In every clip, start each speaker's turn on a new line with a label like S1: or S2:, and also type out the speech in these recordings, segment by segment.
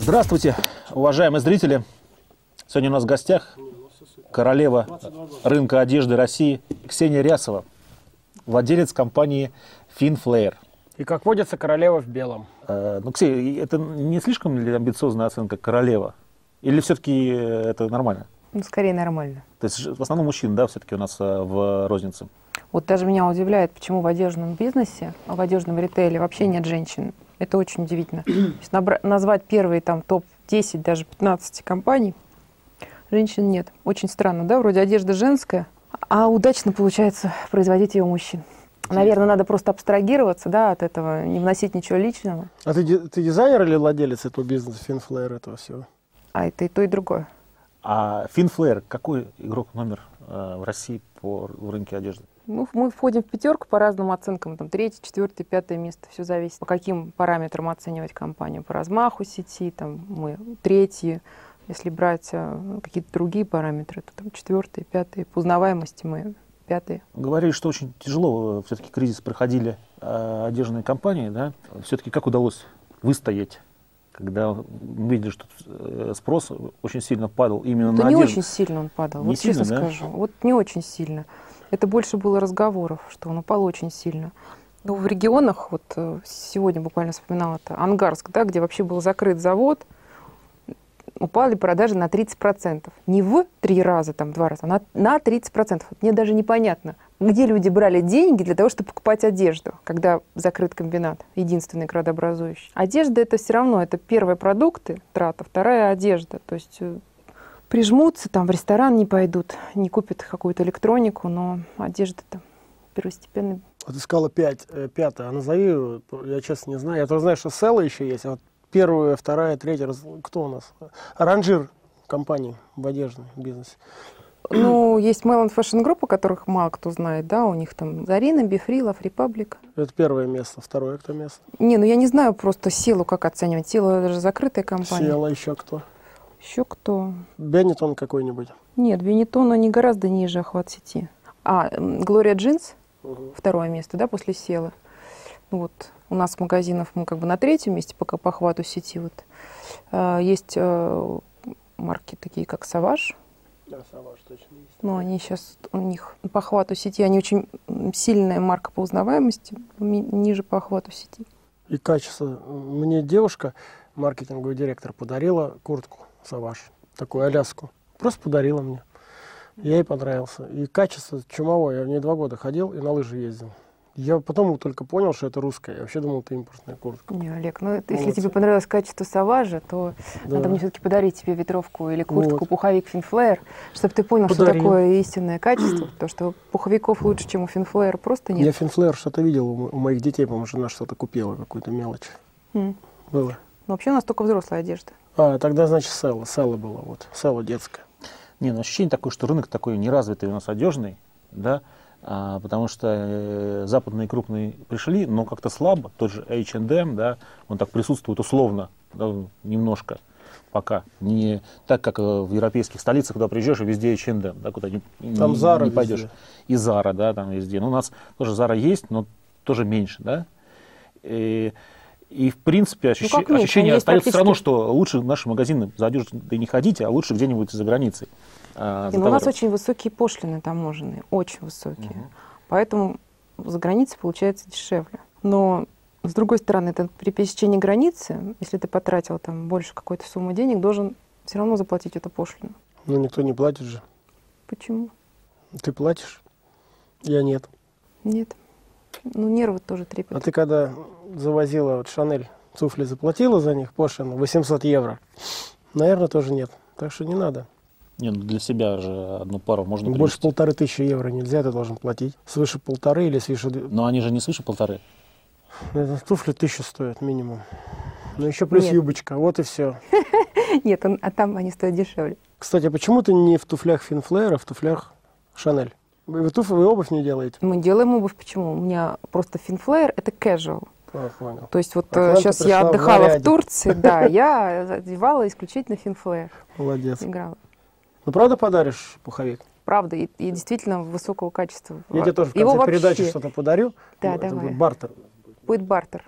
S1: Здравствуйте, уважаемые зрители. Сегодня у нас в гостях королева рынка одежды России Ксения Рясова, владелец компании FinFlare.
S2: И как водится, королева в белом.
S1: Э, Ну, Ксения, это не слишком ли амбициозная оценка королева? Или все-таки это нормально?
S3: Ну, скорее нормально.
S1: То есть ж- в основном мужчин, да, все-таки у нас э, в рознице.
S3: Вот даже меня удивляет, почему в одежном бизнесе, а в одежном ритейле вообще нет женщин. Это очень удивительно. То есть набра- назвать первые там топ-10, даже 15 компаний, женщин нет. Очень странно, да? Вроде одежда женская, а удачно получается производить ее у мужчин. Наверное, надо просто абстрагироваться да, от этого, не вносить ничего личного.
S4: А ты, ди- ты дизайнер или владелец этого бизнеса, финфлеер этого всего?
S3: А это и то, и другое.
S1: А FinFlare, какой игрок номер э, в России по р- в рынке одежды?
S3: Ну, мы входим в пятерку по разным оценкам, там третье, четвертое, пятое место, все зависит, по каким параметрам оценивать компанию, по размаху сети, там мы третьи, если брать э, какие-то другие параметры, то там четвертые, пятые, по узнаваемости мы пятые.
S1: Говорили, что очень тяжело все-таки кризис проходили э, одежные компании, да? Все-таки как удалось выстоять, когда мы видели, что э, спрос очень сильно падал именно
S3: Да
S1: на
S3: не
S1: одежду?
S3: очень сильно он падал,
S1: Не
S3: вот честно
S1: сильно, да?
S3: скажу. Вот не очень сильно. Это больше было разговоров, что он упал очень сильно. Ну, в регионах, вот э, сегодня буквально вспоминала это, Ангарск, да, где вообще был закрыт завод, упали продажи на 30%. Не в три раза, там, два раза, а на, на 30%. Вот мне даже непонятно, где люди брали деньги для того, чтобы покупать одежду, когда закрыт комбинат, единственный градообразующий. Одежда – это все равно, это первые продукты трата, вторая – одежда. То есть э, прижмутся, там в ресторан не пойдут, не купят какую-то электронику, но одежда-то первостепенно.
S4: Вот ты сказала пять, э, пятая, а назови, э, я честно не знаю. Я только знаю, что Села еще есть, а вот первая, вторая, третья, раз- кто у нас? Оранжир компании в одежном бизнесе.
S3: Ну, есть Melon Fashion Group, о которых мало кто знает, да, у них там Зарина, Бифрилов, Репаблик.
S4: Это первое место, второе кто место?
S3: Не, ну я не знаю просто силу, как оценивать. Сила это же закрытая компания.
S4: Села еще кто?
S3: Еще кто?
S4: Бенетон какой-нибудь.
S3: Нет, Венетон, они гораздо ниже охват сети. А, Глория Джинс, второе место, да, после села. Ну Вот у нас магазинов мы как бы на третьем месте пока по охвату сети. Вот. А, Есть э, марки такие, как Саваж, но они сейчас у них по охвату сети, они очень м, сильная марка по узнаваемости, ми- ниже по охвату сети.
S4: И качество. Мне девушка, маркетинговый директор, подарила куртку Саваш, такую аляску. Просто подарила мне. Я ей понравился. И качество чумовое. Я в ней два года ходил и на лыжи ездил. Я потом только понял, что это русская. Я вообще думал, это импортная куртка.
S3: Не, Олег, ну это,
S4: Молодцы.
S3: если тебе понравилось качество Саважа, то
S4: Да.
S3: надо мне все-таки подарить тебе ветровку или куртку,
S4: Вот.
S3: пуховик Финфлеер, чтобы ты понял, что
S4: Подарим.
S3: такое истинное качество, потому что пуховиков лучше, чем у Финфлеера, просто
S4: Я
S3: нет.
S4: Финфлер что-то видел у мо- у моих детей, по-моему, жена что-то купила, какую-то мелочь.
S3: М.
S4: Было.
S3: Но вообще у нас только взрослая одежда.
S4: А, тогда, значит, Села. Села была, вот. Села детская.
S1: Не, ну ощущение такое, что рынок такой неразвитый у нас одежный, да, а, потому что э, западные крупные пришли, но как-то слабо. Тот же H&M, да, он так присутствует условно, да, немножко пока. Не так, как э, в европейских столицах, куда приезжаешь, и везде H&M, да, куда не,
S4: Там
S1: не-
S4: Zara
S1: не
S4: везде.
S1: пойдешь. И Зара, да, там везде. Ну, у нас тоже Зара есть, но тоже меньше, да. И, и, в принципе, ощущ-
S3: Ну, как меньше? Они
S1: ощущение
S3: есть
S1: остается все равно,
S3: практически-
S1: что лучше в наши магазины за одеждой да и не ходите, а лучше где-нибудь за границей. а,
S3: И, ну, у нас
S1: затовариваться.
S3: очень высокие пошлины таможенные, очень высокие. Поэтому за границей получается дешевле. Но с другой стороны, это при пересечении границы, если ты потратил там больше какой-то суммы денег, должен все равно заплатить эту пошлину.
S4: Но никто не платит же.
S3: Почему?
S4: Ты платишь? Я нет.
S3: Нет. Ну, нервы тоже трепетут.
S4: А ты когда завозила вот Шанель, туфли заплатила за них пошлину 800 евро? Наверное, тоже нет. Так что не надо.
S1: Не, ну для себя же одну пару можно
S4: Больше
S1: приобрести.
S4: полторы тысячи евро нельзя, ты должен платить. Свыше полторы или свыше... две-
S1: Но они же не свыше полторы.
S4: Это туфли тысячу стоят минимум. Ну, еще плюс
S3: Нет.
S4: юбочка, вот и все.
S3: Нет, он- а там они стоят дешевле.
S4: Кстати, а почему ты не в туфлях Финфлеер, а в туфлях Шанель? Вы, вы туфли, вы обувь не делаете?
S3: Мы делаем обувь. Почему? У меня просто финфлеер это casual.
S4: А, понял.
S3: То есть вот
S4: Атланта
S3: сейчас
S4: пришла
S3: я
S4: в
S3: отдыхала в,
S4: наряде.
S3: Турции, да, я одевала исключительно финфлеер,
S4: Молодец.
S3: играла.
S4: Ну, правда подаришь пуховик?
S3: Правда, и, и действительно высокого качества.
S4: Я тебе тоже в
S3: А, Его
S4: конце передачи
S3: вообще-
S4: что-то подарю.
S3: Да,
S4: Это
S3: давай.
S4: будет бартер.
S3: Будет бартер.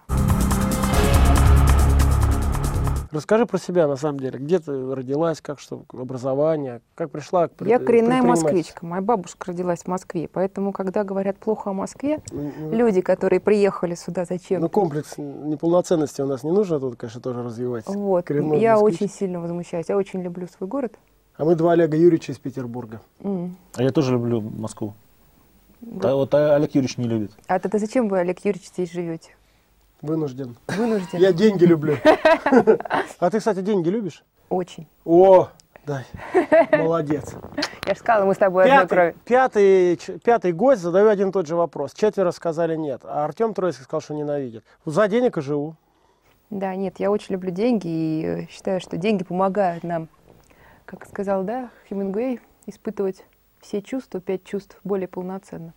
S4: Расскажи про себя на самом деле. Где ты родилась, как что образование, как пришла к
S3: Я коренная
S4: пред- предпринимательству?
S3: москвичка. Моя бабушка родилась в Москве. Поэтому, когда говорят плохо о Москве,
S4: М, м,
S3: люди, которые приехали сюда
S4: Ну,
S3: зачем
S4: комплекс неполноценности у нас не нужно тут, конечно, тоже развивать.
S3: вот,
S4: коренной
S3: я
S4: москвич.
S3: очень сильно возмущаюсь. Я очень люблю свой город.
S4: А мы два Олега Юрьевича из Петербурга.
S3: М.
S1: А я тоже люблю Москву. Да, вот а Олег Юрьевич не любит.
S3: А тогда зачем вы, Олег Юрьевич, здесь живете?
S4: Вынужден.
S3: Вынужден?
S4: Я деньги люблю. А ты, кстати, деньги любишь?
S3: Очень.
S4: О, дай. Молодец.
S3: Я же сказала, мы с тобой одной
S4: Пятый,
S3: крови.
S4: пятый, ч- пятый гость задаю один и тот же вопрос. Четверо сказали нет, а Артем Троицкий сказал, что ненавидит. За денег и живу.
S3: Да, нет, я очень люблю деньги и э, считаю, что деньги помогают нам, как сказал, да, Хемингуэй, испытывать все чувства, пять чувств более полноценно.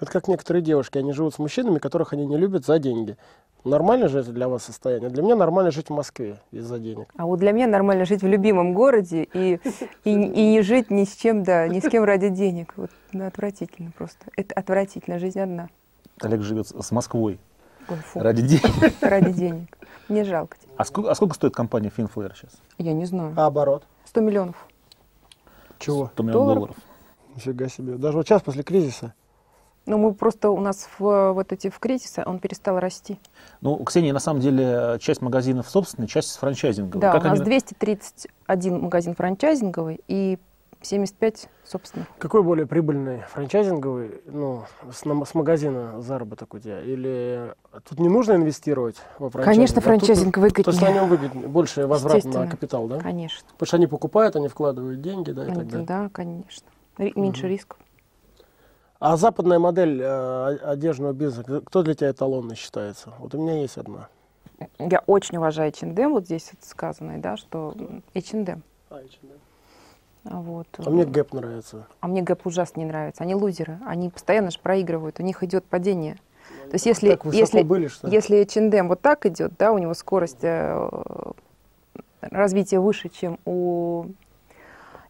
S4: Это как некоторые девушки, они живут с мужчинами, которых они не любят за деньги. Нормально же это для вас состояние? Для меня нормально жить в Москве из-за денег.
S3: А вот для меня нормально жить в любимом городе и, и, и не жить ни с чем, да, ни с кем ради денег. Вот ну, отвратительно просто. Это отвратительно, жизнь одна.
S1: Олег живет с с Москвой
S3: Ой, фу, ради,
S1: ради денег.
S3: денег. Мне жалко тебя.
S1: А сколько, а сколько стоит компания Finflare сейчас?
S3: Я не знаю.
S4: А оборот?
S3: 100 миллионов.
S4: Чего?
S1: 100 миллионов
S3: Долларов?
S1: долларов.
S4: Нифига себе. Даже вот сейчас, после кризиса,
S3: Ну, мы просто у нас в, вот эти в кризисе он перестал расти.
S1: Ну, у Ксении, на самом деле, часть магазинов собственная, часть франчайзинговая.
S3: Да,
S1: Как
S3: у нас
S1: они-
S3: 231 магазин франчайзинговый и 75 собственных.
S4: какой более прибыльный франчайзинговый, ну, с, на- с магазина заработок у тебя? Или тут не нужно инвестировать во франчайзинг?
S3: Конечно,
S4: а тут-
S3: франчайзинг
S4: То есть на
S3: выгоднее.
S4: нем выгоднее, больше возврат на
S3: Естественно.
S4: капитал, да?
S3: Конечно,
S4: Потому что они покупают, они вкладывают деньги, да, и так далее.
S3: да, конечно. Ри- Меньше рисков.
S4: А западная модель э, о- одежного бизнеса, кто для тебя эталонный считается? Вот у меня есть одна.
S3: Я очень уважаю H&M, вот здесь вот сказано, да, что м, H&M. А Вот.
S4: А мне гэп нравится.
S3: а мне Гэп ужасно не нравится. Они лузеры, они постоянно же проигрывают, у них идет падение. То есть если,
S4: Ну, так высоко
S3: если,
S4: были, что ли?
S3: Если H&M вот так идет, да, у него скорость э, развития выше, чем у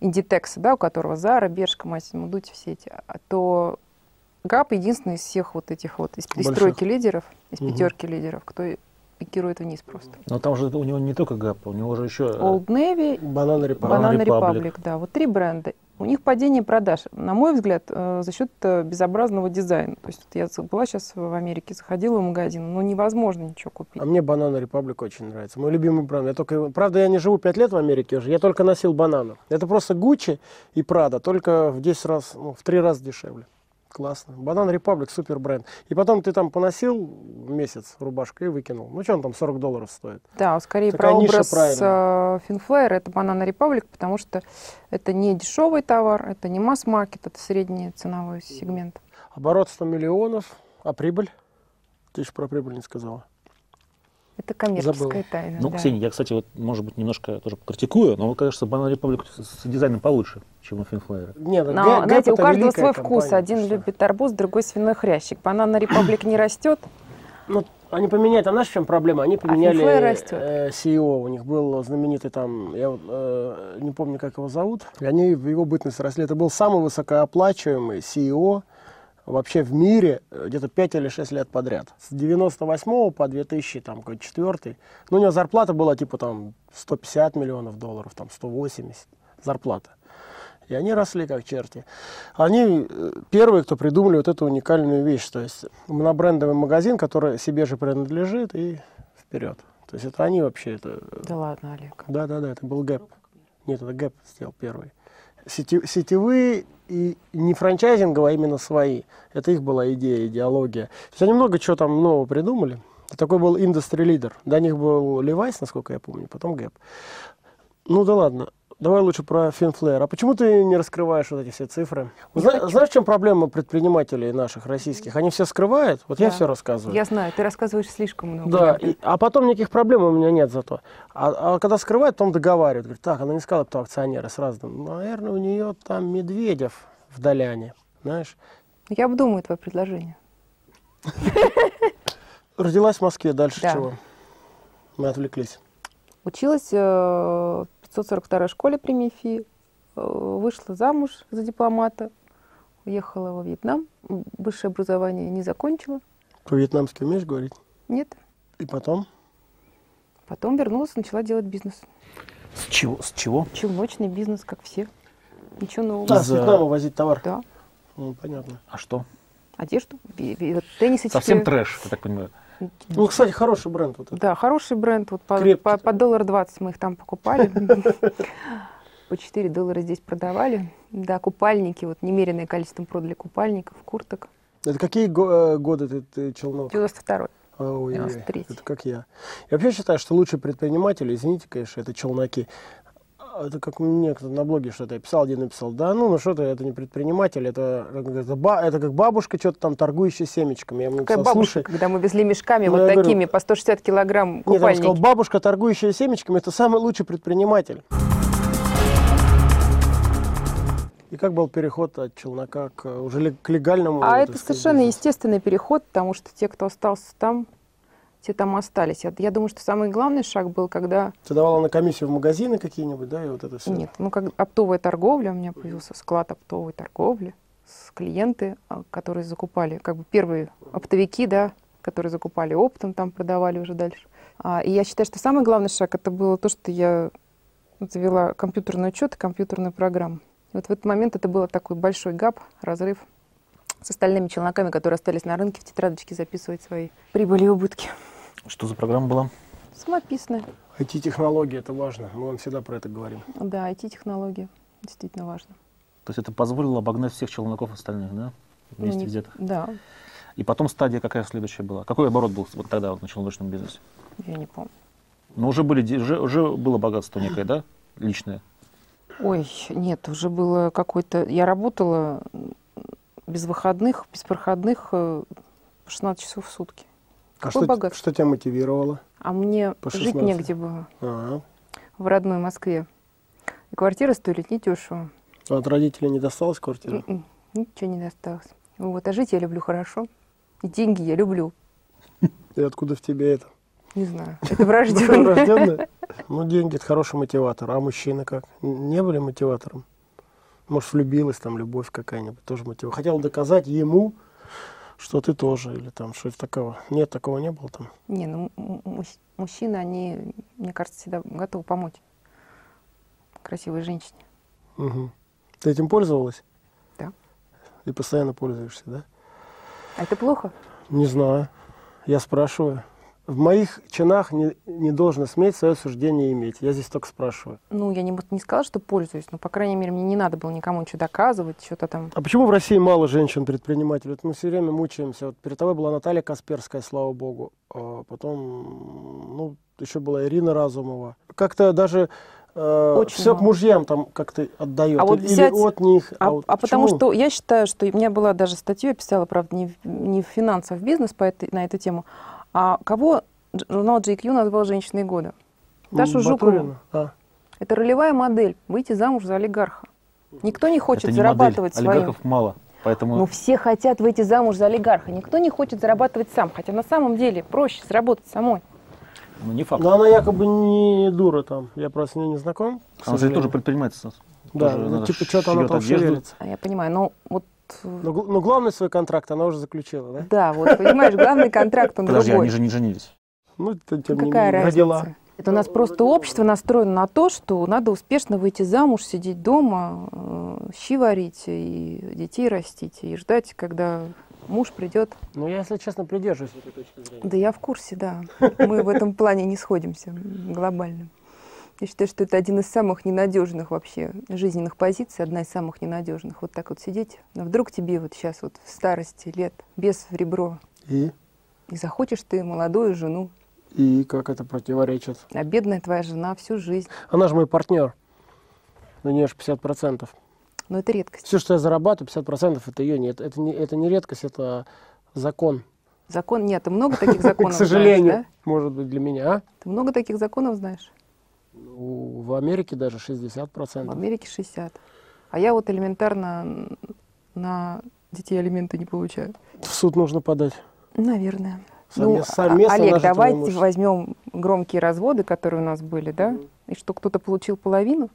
S3: Inditex, да, у которого Zara, Бершка, Массимо Дути, все эти, а то Гап единственный из всех вот этих вот, из
S4: Больших.
S3: пристройки лидеров, из
S4: Мгм.
S3: пятерки лидеров, кто и- пикирует вниз просто.
S1: Но там же у него не только ГАП, у него же еще... э,
S3: Old Navy,
S4: Банан репарат.
S1: Банан
S3: Banana Republic.
S1: Republic.
S3: да, вот три бренда. У них падение продаж, на мой взгляд, э, за счет э, безобразного дизайна. То есть вот я за- была сейчас в Америке, заходила в магазин, ну невозможно ничего купить.
S4: А мне банан репаблик очень нравится. Мой любимый бренд. Я только, его- правда, я не живу 5 лет в Америке уже. Я только носил бананы. Это просто Гуччи и Прада, только в 10 раз, ну, в 3 раза дешевле. Классно. Банан Репаблик супер бренд. И потом ты там поносил месяц рубашку и выкинул. Ну, что он там 40 долларов стоит?
S3: Да, скорее
S4: Такая
S3: про
S4: ниша
S3: образ
S4: правильная.
S3: Финфлайер это Banana Republic, потому что это не дешевый товар, это не масс-маркет, это средний ценовой сегмент.
S4: Оборот 100 миллионов, а прибыль? Ты еще про прибыль не сказала.
S3: Это коммерческая
S4: Забыла.
S3: тайна.
S1: Ну,
S3: да.
S1: Ксения, я, кстати, вот, может быть, немножко тоже критикую, но, кажется, Банан Републик с, с дизайном получше, чем у Финфлайера.
S4: Нет,
S3: Но, знаете, у каждого свой вкус. Один любит арбуз, другой свиной хрящик. Банана Republic не растет.
S4: Ну, они поменяли, там знаешь, в чем проблема? Они поменяли
S3: Финфлэй растет.
S4: э, CEO, у них был знаменитый там, я вот, э, не помню, как его зовут, и они в его бытность росли. Это был самый высокооплачиваемый CEO вообще в мире э, где-то 5 или 6 лет подряд. С 98 по 2000, там, какой-то четвертый. Ну, у него зарплата была типа там 150 миллионов долларов, там 180 зарплата. И они росли как черти. Они э, первые, кто придумали вот эту уникальную вещь. То есть монобрендовый магазин, который себе же принадлежит, и вперед. То есть это они вообще это...
S3: Да ладно, Олег.
S4: Да-да-да, это был Гэп. Нет, это Гэп сделал первый. Сети- сетевые и не франчайзинговые, а именно свои. Это их была идея, идеология. То есть они много чего там нового придумали. И Такой был индустри-лидер. До них был Левайс, насколько я помню, потом Гэп. Ну да ладно. Давай лучше про Финфлэр. А почему ты не раскрываешь вот эти все цифры? Зна- знаешь, в чем проблема предпринимателей наших российских? Они все скрывают, вот я
S3: Да.
S4: все рассказываю.
S3: Я знаю, ты рассказываешь слишком много.
S4: Да,
S3: Олег.
S4: и- а потом никаких проблем у меня нет зато. А, а когда скрывает, потом договаривает. Говорит, так, она не сказала, кто акционеры сразу. Наверное, у нее там Медведев в Доляне, знаешь.
S3: Я обдумаю твое предложение.
S4: Родилась в Москве, дальше
S3: Да.
S4: чего? Мы отвлеклись.
S3: Училась э, в 542 школе при МИФИ, э, вышла замуж за дипломата, уехала во Вьетнам, М, высшее образование не закончила.
S4: По-вьетнамски умеешь говорить?
S3: Нет,
S4: И потом?
S3: Потом вернулась, начала делать бизнес.
S1: С чего? С чего?
S3: Челночный бизнес, как все. Ничего нового.
S4: Да, с Вьетнама возить товар.
S3: Да.
S4: Ну, понятно.
S1: А что?
S3: Одежду, би- би- вот теннис и
S1: Совсем
S3: теперь-
S1: трэш, я так понимаю.
S4: Ну, кстати, хороший бренд вот этот.
S3: Да, хороший бренд. Вот по,
S4: Крепкий
S3: по,
S4: такой.
S3: по доллар 20 мы их там покупали. По 4 доллара здесь продавали. Да, купальники, вот немереное количество продали купальников, курток.
S4: Это какие го- э, годы ты, ты челнок?
S3: 92-й.
S4: Ой,
S3: 93.
S4: это как я. Я вообще считаю, что лучшие предприниматели, извините, конечно, это челноки. А Это как мне кто-то на блоге что-то я писал, один написал, да ну, ну что ты, это не предприниматель, это, как это, ба- это как бабушка, что-то там торгующая семечками. Я ему
S3: Какая
S4: написал,
S3: бабушка,
S4: слушай,
S3: когда мы везли мешками
S4: Ну,
S3: вот
S4: я говорю-
S3: такими по 160 килограмм
S4: нет, он
S3: купальники.
S4: сказал, бабушка, торгующая семечками, это самый лучший предприниматель. И как был переход от челнока к э, уже ле- к легальному?
S3: А
S4: э,
S3: это
S4: так сказать,
S3: совершенно
S4: бизнесу?
S3: естественный переход, потому что те, кто остался там, те там остались. Я, я думаю, что самый главный шаг был, когда...
S4: Ты давала на комиссию в магазины какие-нибудь, да, и вот это все?
S3: Нет, ну как оптовая торговля, у меня появился склад оптовой торговли с клиенты, а, которые закупали, как бы первые оптовики, да, которые закупали оптом, там продавали уже дальше. А, и я считаю, что самый главный шаг это было то, что я завела компьютерный учет и компьютерную программу. И вот в этот момент это был такой большой гап, разрыв с остальными челноками, которые остались на рынке, в тетрадочке записывать свои прибыли и убытки.
S1: Что за программа была?
S3: Самописные.
S4: IT-технологии, это важно. Мы вам всегда про это говорим. А
S3: Да, IT-технологии. Действительно важно.
S1: То есть это позволило обогнать всех челноков остальных, да?
S3: Ну,
S1: Вместе
S3: не-
S1: взятых.
S3: Да,
S1: И потом стадия какая следующая была? Какой оборот был вот тогда вот на челночном бизнесе?
S3: я не помню.
S1: Ну, уже, были, де- уже, уже было богатство некое, да? Личное.
S3: Ой, нет, уже было какой-то... Я работала м, без выходных, без проходных э, 16 часов в сутки.
S4: А
S3: Какой
S4: что, т-
S3: богат?
S4: что тебя мотивировало? А,
S3: А мне
S4: По
S3: жить
S4: 16.
S3: негде было
S4: Ага.
S3: в родной Москве. И квартиры стоили недешево.
S4: От родителей не досталась квартира?
S3: М-м, Ничего не досталось. Вот, а жить я люблю хорошо. И деньги я люблю.
S4: И откуда в тебе это?
S3: Не знаю, это врожденное.
S4: Рождённое? Ну, деньги – это хороший мотиватор. А мужчины как? Н- Не были мотиватором? Может, влюбилась там любовь какая-нибудь, тоже мотиватор. Хотела доказать ему, что ты тоже, или там что-то такого. Нет, такого не было там.
S3: Не, ну м- м- мужч- мужчины, они, мне кажется, всегда готовы помочь красивой женщине.
S4: Мгм. Ты этим пользовалась?
S3: Да.
S4: И постоянно пользуешься, да?
S3: А это плохо?
S4: Не знаю. Я спрашиваю. В моих чинах не, не должен сметь свое суждение иметь. Я здесь только спрашиваю.
S3: Ну, я не, не сказала, что пользуюсь, но, по крайней мере, мне не надо было никому ничего доказывать, что-то там.
S4: А почему в России мало женщин-предпринимателей? Вот мы все время мучаемся. Вот перед тобой была Наталья Касперская, слава богу. А потом, ну, еще была Ирина Разумова. Как-то даже
S3: Очень
S4: все к
S3: мало.
S4: мужьям там как-то отдает.
S3: А вот
S4: Или
S3: взять-
S4: от них.
S3: А,
S4: вот
S3: а потому
S4: почему?
S3: что я считаю, что у меня была даже статью, я писала, правда, не, в- не в финансах, в бизнес по этой, на эту тему. А кого дж- журнал GQ назвал «Женщиной года»? Дашу
S4: М,
S3: Жукову.
S4: Ну, Батурина? А.
S3: Это ролевая модель – выйти замуж за олигарха. Никто не хочет
S1: это не
S3: зарабатывать
S1: модель.
S3: своим.
S1: Олигархов мало. Поэтому
S3: Ну, все хотят выйти замуж за олигарха. Никто не хочет зарабатывать сам. Хотя на самом деле проще заработать самой.
S1: ну, не факт.
S4: Но она якобы не дура там. Я просто с ней не знаком. к
S1: Она же
S4: сожалению.
S1: тоже предпринимательница.
S4: Да,
S1: тоже
S4: ну,
S1: она
S4: типа что-то она
S1: шьёт
S4: там
S1: одежду.
S4: шевелится.
S3: А Я понимаю, но вот... э,
S4: Но, гл- но главный свой контракт она уже заключила, да?
S3: Да, вот, понимаешь, главный контракт, он
S1: Подожди, а
S3: другой.
S1: они же не женились.
S4: Ну, т- тем
S3: Ну,
S4: не
S3: какая
S4: менее,
S3: разница?
S4: родила.
S3: Это у нас просто общество настроено на то, что надо успешно выйти замуж, сидеть дома, э, щи варить и детей растить, и ждать, когда муж придет.
S4: Ну, я, если честно, придерживаюсь этой точки зрения.
S3: Да я в курсе, да. Мы в этом плане не сходимся м, глобально. Я считаю, что это один из самых ненадежных вообще жизненных позиций, одна из самых ненадежных. Вот так вот сидеть, но вдруг тебе вот сейчас вот в старости лет без в ребро
S4: И?
S3: и захочешь ты молодую жену,
S4: И как это противоречит?
S3: а бедная твоя жена всю жизнь.
S4: Она же мой Ну, партнер. У нее же 50%.
S3: Но это редкость.
S4: Все, что я зарабатываю, 50% это ее нет. Это не, это не редкость, это закон.
S3: Закон нет, ты много таких законов
S4: К
S3: знаешь,
S4: сожалению,
S3: да?
S4: может быть, для меня. а?
S3: Ты много таких законов знаешь?
S4: У- в Америке даже
S3: В
S4: 60%.
S3: Америке 60. А я вот элементарно м, на детей алименты не получаю.
S4: В суд нужно подать.
S3: Наверное.
S4: Совмест-
S3: а-
S4: совместно
S3: Олег,
S4: нажитое
S3: давайте
S4: имущество.
S3: возьмем громкие разводы, которые у нас были, да? И что кто-то получил половину?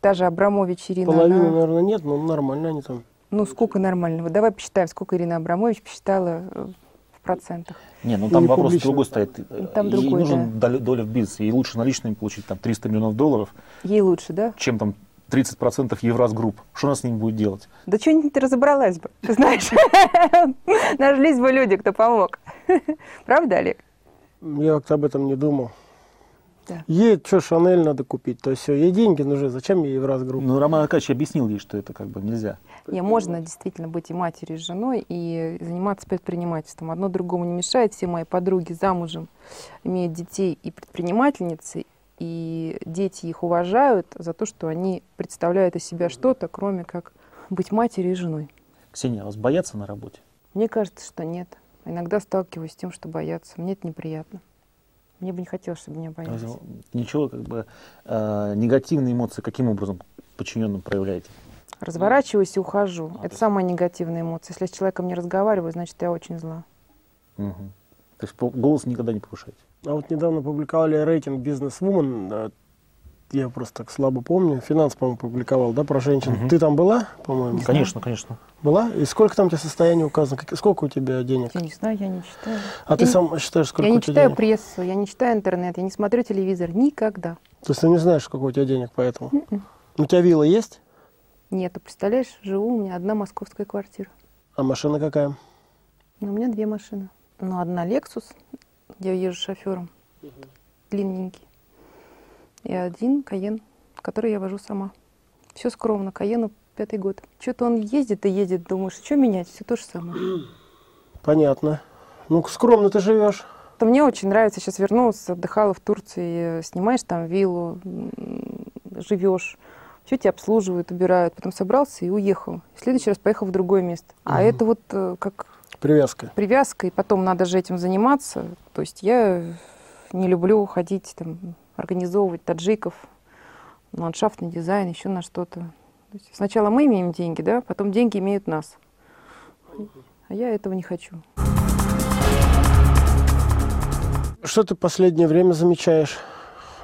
S3: Та же Абрамович Ирина.
S4: Половины,
S3: она-
S4: наверное, нет, но нормально они там.
S3: Ну, сколько нормального? Давай посчитаем, сколько Ирина Абрамович посчитала э, в процентах.
S1: Не, ну
S4: И
S1: там
S4: не
S1: вопрос
S4: публично.
S1: другой стоит.
S3: Там
S1: ей
S3: другой,
S1: нужен доля, доля в бизнесе. Ей лучше наличными получить там 300 миллионов долларов,
S3: Ей лучше, да?
S1: чем там 30% Евразгрупп. Что она с ним будет делать?
S3: Да что-нибудь ты разобралась бы, ты знаешь. Нашлись бы люди, кто помог. Правда, Олег?
S4: Я как-то об этом не думал.
S3: Да.
S4: Ей что, Шанель надо купить, то все, ей деньги нужны, зачем ей в разгруппу?
S1: Ну, Роман Аркадьевич объяснил ей, что это как бы нельзя.
S3: Не, можно действительно быть и матерью, и женой, и заниматься предпринимательством. Одно другому не мешает. Все мои подруги замужем имеют детей и предпринимательницы, и дети их уважают за то, что они представляют из себя что-то, кроме как быть матерью и женой.
S1: Ксения, а вас боятся на работе?
S3: Мне кажется, что нет. Иногда сталкиваюсь с тем, что боятся. Мне это неприятно. Мне бы не хотелось, чтобы меня боялись.
S1: Разве Ничего, как бы, э, негативные эмоции каким образом подчиненным проявляете?
S3: Разворачиваюсь и ухожу.
S1: А, то
S3: это
S1: есть-
S3: самая негативная эмоция. Если я с человеком не разговариваю, значит, я очень зла.
S1: Мгм. То есть по- голос никогда не повышаете?
S4: А вот недавно публиковали рейтинг бизнес-вумен, э, я просто так слабо помню, финанс, по-моему, публиковал, да, про женщин.
S1: Мгм. Ну,
S4: Ты там была, по-моему?
S1: Конечно, конечно.
S4: Была? И сколько там у тебя состояние указано? Как- Сколько у тебя денег?
S3: Я не знаю, я не читаю.
S4: А ты
S3: Я не-
S4: сам считаешь, сколько
S3: я
S4: у
S3: не
S4: тебя
S3: читаю
S4: денег?
S3: прессу, я не читаю интернет, я не смотрю телевизор никогда.
S4: То есть ты не знаешь, сколько у тебя денег, поэтому.
S3: Мгм.
S4: У тебя вилла есть?
S3: Нет, ты представляешь, живу, у меня одна московская квартира.
S4: А машина какая?
S3: Но у меня две машины. Ну, одна Lexus, где я езжу шофером, длинненький. И один Каен, который я вожу сама. Все скромно, Каену пятый год. Что-то он ездит и едет, думаешь, что менять, все то же самое.
S4: Понятно. Ну, скромно ты живешь.
S3: То мне очень нравится, сейчас вернулась, отдыхала в Турции, снимаешь там виллу, м, живешь, все тебя обслуживают, убирают, потом собрался и уехал. В следующий раз поехал в другое место. А
S4: Мгм.
S3: это вот э, как
S4: Привязка.
S3: привязка, и потом надо же этим заниматься. То есть я не люблю ходить, там, организовывать таджиков, на ландшафтный дизайн, еще на что-то. То есть сначала мы имеем деньги, да, потом деньги имеют нас. А я этого не хочу.
S4: Что ты последнее время замечаешь?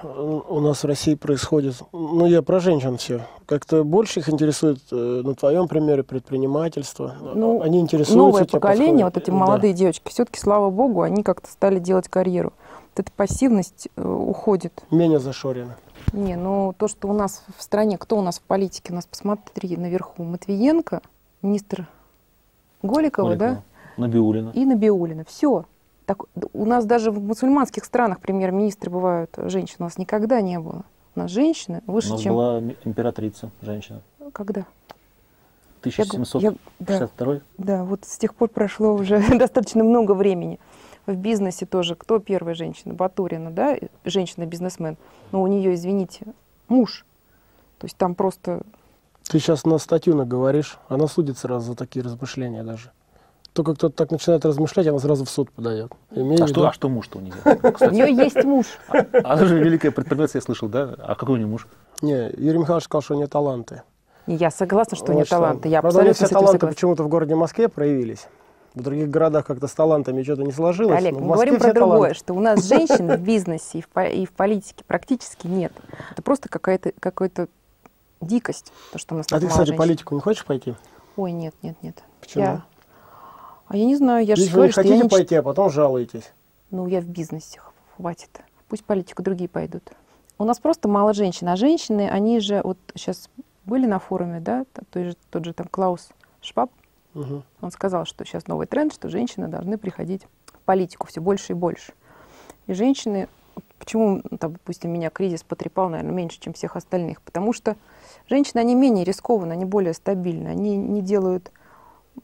S4: э, У нас в России происходит. Ну, я про женщин все. Как-то больше их интересует э, на твоем примере предпринимательство.
S3: Ну,
S4: Они интересуются.
S3: новое
S4: у тебя
S3: поколение,
S4: подходит.
S3: вот эти
S4: Да.
S3: молодые девочки, все-таки, слава богу, они как-то стали делать карьеру. Вот эта пассивность э, уходит.
S4: Менее зашорено.
S3: Не, ну то, что у нас в стране, кто у нас в политике, у нас посмотри наверху Матвиенко, министр Голикова, да,
S1: Олег, ну, Набиуллина.
S3: и Набиулина. Все. Так, д- у нас даже в мусульманских странах премьер-министры бывают э, женщины. У нас никогда не было. У нас женщины
S1: У
S3: выше,
S1: нас
S3: чем...
S1: была ми- императрица, женщина.
S3: Когда? Я г- я-
S1: 1762
S3: да. Да, вот с тех пор прошло уже достаточно много времени. В бизнесе тоже. Кто первая женщина? Батурина, да? и- Женщина-бизнесмен. Но у нее, извините, муж. То есть там просто...
S4: Ты сейчас на статью наговоришь, она судит сразу за такие размышления даже. Только кто-то так начинает размышлять, она сразу в суд подает. Имей
S1: А
S4: в
S1: что,
S4: виду.
S1: а что муж-то у нее? Кстати, а
S3: У нее есть муж.
S1: она же великая предпринимательница, я слышал, да? А какой у нее муж?
S4: Не, Юрий Михайлович сказал, что у нее таланты.
S3: Не, Я согласна, что у
S4: Вот
S3: нее таланты. Я
S4: Правда, у нее
S3: абсолютно с
S4: все
S3: этим
S4: таланты
S3: согласна.
S4: почему-то в городе Москве проявились. В других городах как-то с талантами что-то не сложилось.
S3: Олег,
S4: но ну, в
S3: мы
S4: Москве
S3: говорим про
S4: все
S3: другое,
S4: таланты.
S3: что у нас женщин в бизнесе и в, по- и в политике практически нет. Это просто какая-то какая-то дикость, то, что у нас
S4: А
S3: так
S4: ты,
S3: мало
S4: кстати,
S3: женщин.
S4: политику не хочешь пойти?
S3: Ой, нет, нет, нет.
S4: Почему?
S3: Я- А я не знаю, я же
S4: Если вы
S3: говорю,
S4: не
S3: что
S4: хотите
S3: я не чит-
S4: пойти, а потом жалуетесь.
S3: Ну, я в бизнесе, х- хватит. Пусть политику другие пойдут. У нас просто мало женщин. А женщины, они же вот сейчас были на форуме, да, т- той же- тот же там Клаус Шваб,
S4: Мгм.
S3: он сказал, что сейчас новый тренд, что женщины должны приходить в политику все больше и больше. И женщины, вот почему, ну, там, допустим, меня кризис потрепал, наверное, меньше, чем всех остальных, потому что женщины, они менее рискованы, они более стабильны, они не делают,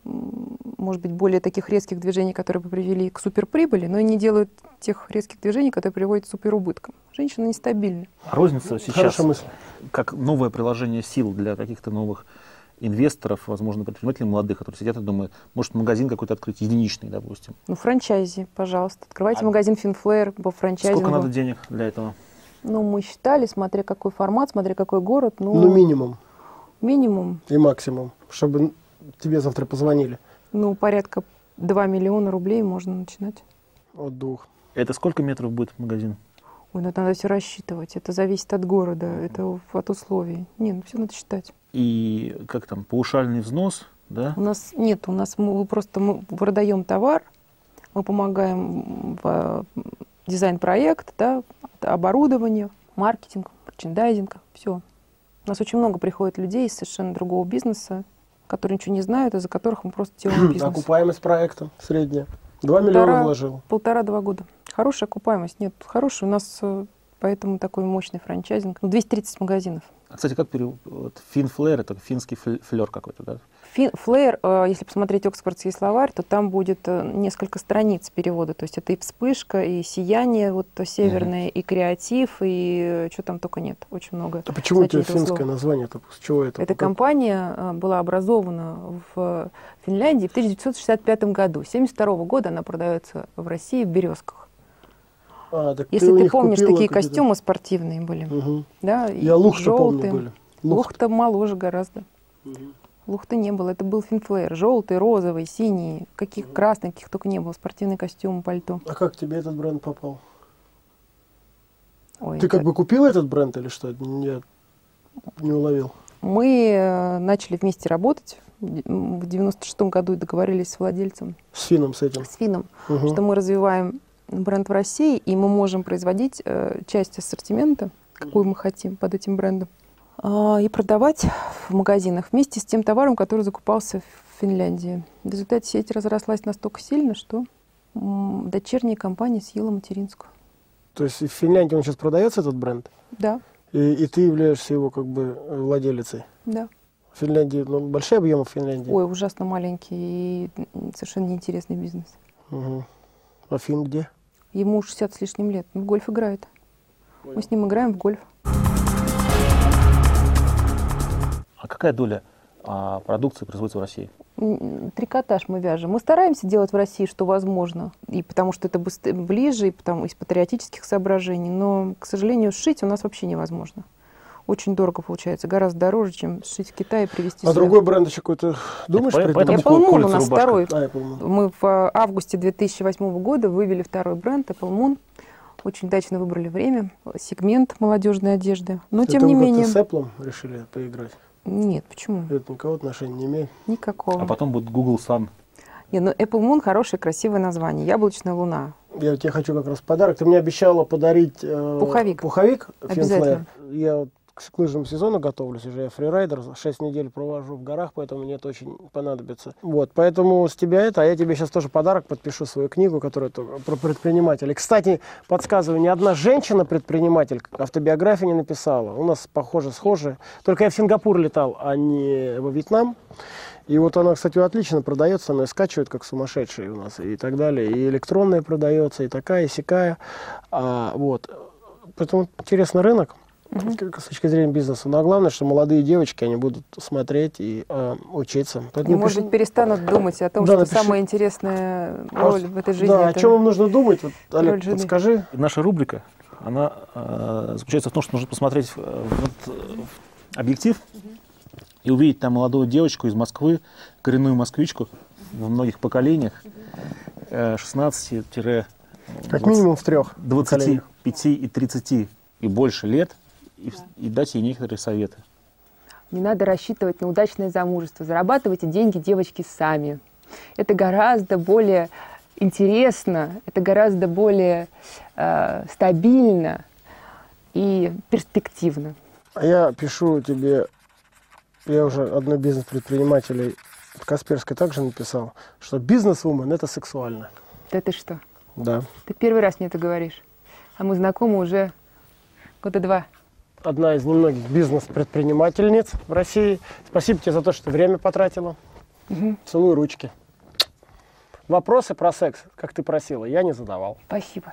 S3: м, может быть, более таких резких движений, которые бы привели к суперприбыли, но и не делают тех резких движений, которые приводят к суперубыткам. Женщины нестабильны.
S1: А Розница сейчас,
S4: Хорошая мысль.
S1: как новое приложение сил для каких-то новых инвесторов, возможно, предпринимателей молодых, которые сидят и думают, может, магазин какой-то открыть, единичный, допустим.
S3: Ну, франчайзи, пожалуйста, открывайте
S1: А-
S3: магазин Финфлэр, по франчайзингу.
S1: Сколько надо денег для этого?
S3: Ну, мы считали, смотря какой формат, смотря какой город,
S4: Ну, минимум
S3: Минимум,
S4: и максимум, чтобы тебе завтра позвонили.
S3: ну, порядка 2 миллиона рублей можно начинать.
S4: От двух.
S1: Это сколько метров будет магазин?
S3: Ой, ну это надо все рассчитывать. Это зависит от города, это у- от условий. Не, ну все надо считать.
S1: И как там, паушальный взнос, да?
S3: У нас нет, у нас мы просто мы продаем товар, Мы помогаем в э, дизайн-проект, да, это оборудование, маркетинг, мерчендайзинг, все. У нас очень много приходит людей из совершенно другого бизнеса, которые ничего не знают, из-за которых мы просто делаем бизнес.
S4: Окупаемость проекта средняя. 2
S3: Полтора.
S4: миллиона вложил.
S3: Полтора-два года. Хорошая окупаемость. Нет, хорошая. У нас э, поэтому такой мощный франчайзинг. Ну, 230 магазинов.
S1: А, кстати, как пере... вот, финфлэр, это финский флер какой-то, да?
S3: Фи- Флэйр, э, если посмотреть Оксфордский словарь, то там будет э, несколько страниц перевода. То есть это и вспышка, и сияние вот то северное, и креатив, и что там только нет. Очень много.
S4: А почему у
S3: значений
S4: тебя
S3: этого
S4: финское
S3: слова.
S4: название-то? С чего это?
S3: Эта
S4: Как-
S3: компания э, была образована в Финляндии в 1965 году. С 1972 года она продается в России в березках.
S4: А, так
S3: Если
S4: у
S3: ты
S4: них
S3: помнишь,
S4: купила
S3: такие
S4: какие-то-
S3: костюмы спортивные были.
S4: Мгм.
S3: Да, и
S4: Я лухты помню
S3: желтые.
S4: были. Лухт.
S3: Лухта моложе гораздо. Лухты не было. Это был финфлэр. Желтый, розовый, синий. Каких красных, каких только не было. Спортивный костюм, пальто.
S4: А как тебе этот бренд попал?
S3: Ой,
S4: Ты
S3: это-
S4: как бы купил этот бренд или что? Я не уловил.
S3: Мы э, начали вместе работать. Д- м, В 96-м году и договорились с владельцем,
S4: С финном с этим.
S3: с Фином,
S4: Мгм.
S3: что мы развиваем бренд в России, и мы можем производить э, часть ассортимента, какую мы хотим под этим брендом, а, и продавать в магазинах вместе с тем товаром, который закупался в Финляндии. В результате сеть разрослась настолько сильно, что м, дочерняя компания съела материнскую.
S4: То есть и в Финляндии он сейчас продается, этот бренд,
S3: Да,
S4: и, и ты являешься его как бы э, владелицей.
S3: да.
S4: В Финляндии, ну, большие объемы в Финляндии.
S3: Ой, ужасно маленький и м, совершенно неинтересный бизнес.
S4: Мгм. А Фин где?
S3: Ему 60 с лишним лет. Он в гольф играет. Мы с ним играем в гольф.
S1: А какая доля а, продукции производится в России?
S3: М, Трикотаж мы вяжем. Мы стараемся делать в России, что возможно. И потому что это быст- ближе, и потому из патриотических соображений. Но, к сожалению, сшить у нас вообще невозможно. Очень дорого получается. Гораздо дороже, чем сшить в Китае и привезти
S4: А
S3: сюда.
S4: другой бренд еще какой-то думаешь
S1: по-
S4: придумать?
S1: поэтому
S3: Apple Moon
S1: курица
S3: у нас
S1: рубашка.
S3: второй.
S4: А, я помню.
S3: Мы в э, августе 2008 года вывели второй бренд Apple Moon. Очень удачно выбрали время, сегмент молодежной одежды. Но,
S4: Это
S3: Ну, тем не
S4: вы как-то
S3: менее...
S4: с Apple поиграть поиграть.
S3: Нет, почему?
S4: Это никого отношения не имеет.
S3: Никакого.
S1: А потом будет Google Sun.
S3: Не, ну Apple Moon хорошее, красивое название. Яблочная луна.
S4: Я тебе хочу как раз подарок. Ты мне обещала подарить... э,
S3: Пуховик.
S4: Пуховик.
S3: Обязательно.
S4: Финфлэр. Я вот к с- к лыжному сезону готовлюсь уже. Я фрирайдер. Шесть недель провожу в горах, поэтому мне это очень понадобится. Вот, поэтому с тебя это. А я тебе сейчас тоже подарок подпишу свою книгу, которая только про предпринимателей. Кстати, подсказываю, ни одна женщина-предприниматель автобиографии не написала. У нас похоже схожие. Только я в Сингапур летал, а не во Вьетнам. И вот она, кстати, отлично продается, она и скачивает как сумасшедшие у нас и так далее. И электронная продается, и такая, и сякая. А, вот. Поэтому интересный рынок как с точки зрения бизнеса. Но главное, что молодые девочки, они будут смотреть и э, учиться.
S3: И,
S4: Поэтому
S3: может
S4: пиши-
S3: быть, перестанут думать о том,
S4: Да,
S3: что
S4: напиши. А
S3: самая интересная роль в этой жизни
S4: Да, о
S3: это
S4: чем им нужно думать? Вот,
S3: роль
S4: Олег,
S3: жены.
S4: подскажи.
S1: И наша рубрика, она э, заключается в том, что нужно посмотреть э, в этот, э, в объектив и увидеть там молодую девочку из Москвы, коренную москвичку во многих поколениях, э, 16-20,
S4: Как минимум в трех.
S1: 25 и 30 и больше лет, и, в- и дать ей некоторые советы.
S5: Не надо рассчитывать на удачное замужество. Зарабатывайте деньги, девочки, сами. Это гораздо более интересно, это гораздо более э, стабильно и перспективно.
S4: А я пишу тебе, я уже одной бизнес-предпринимателей Касперской также написал, что бизнес-вумен – это сексуально.
S5: Да ты что?
S4: Да.
S5: Ты первый раз мне это говоришь. А мы знакомы уже года два.
S4: одна из немногих бизнес-предпринимательниц в России. Спасибо тебе за то, что время потратила. Целую ручки. Вопросы про секс, как ты просила, я не задавал.
S5: Спасибо.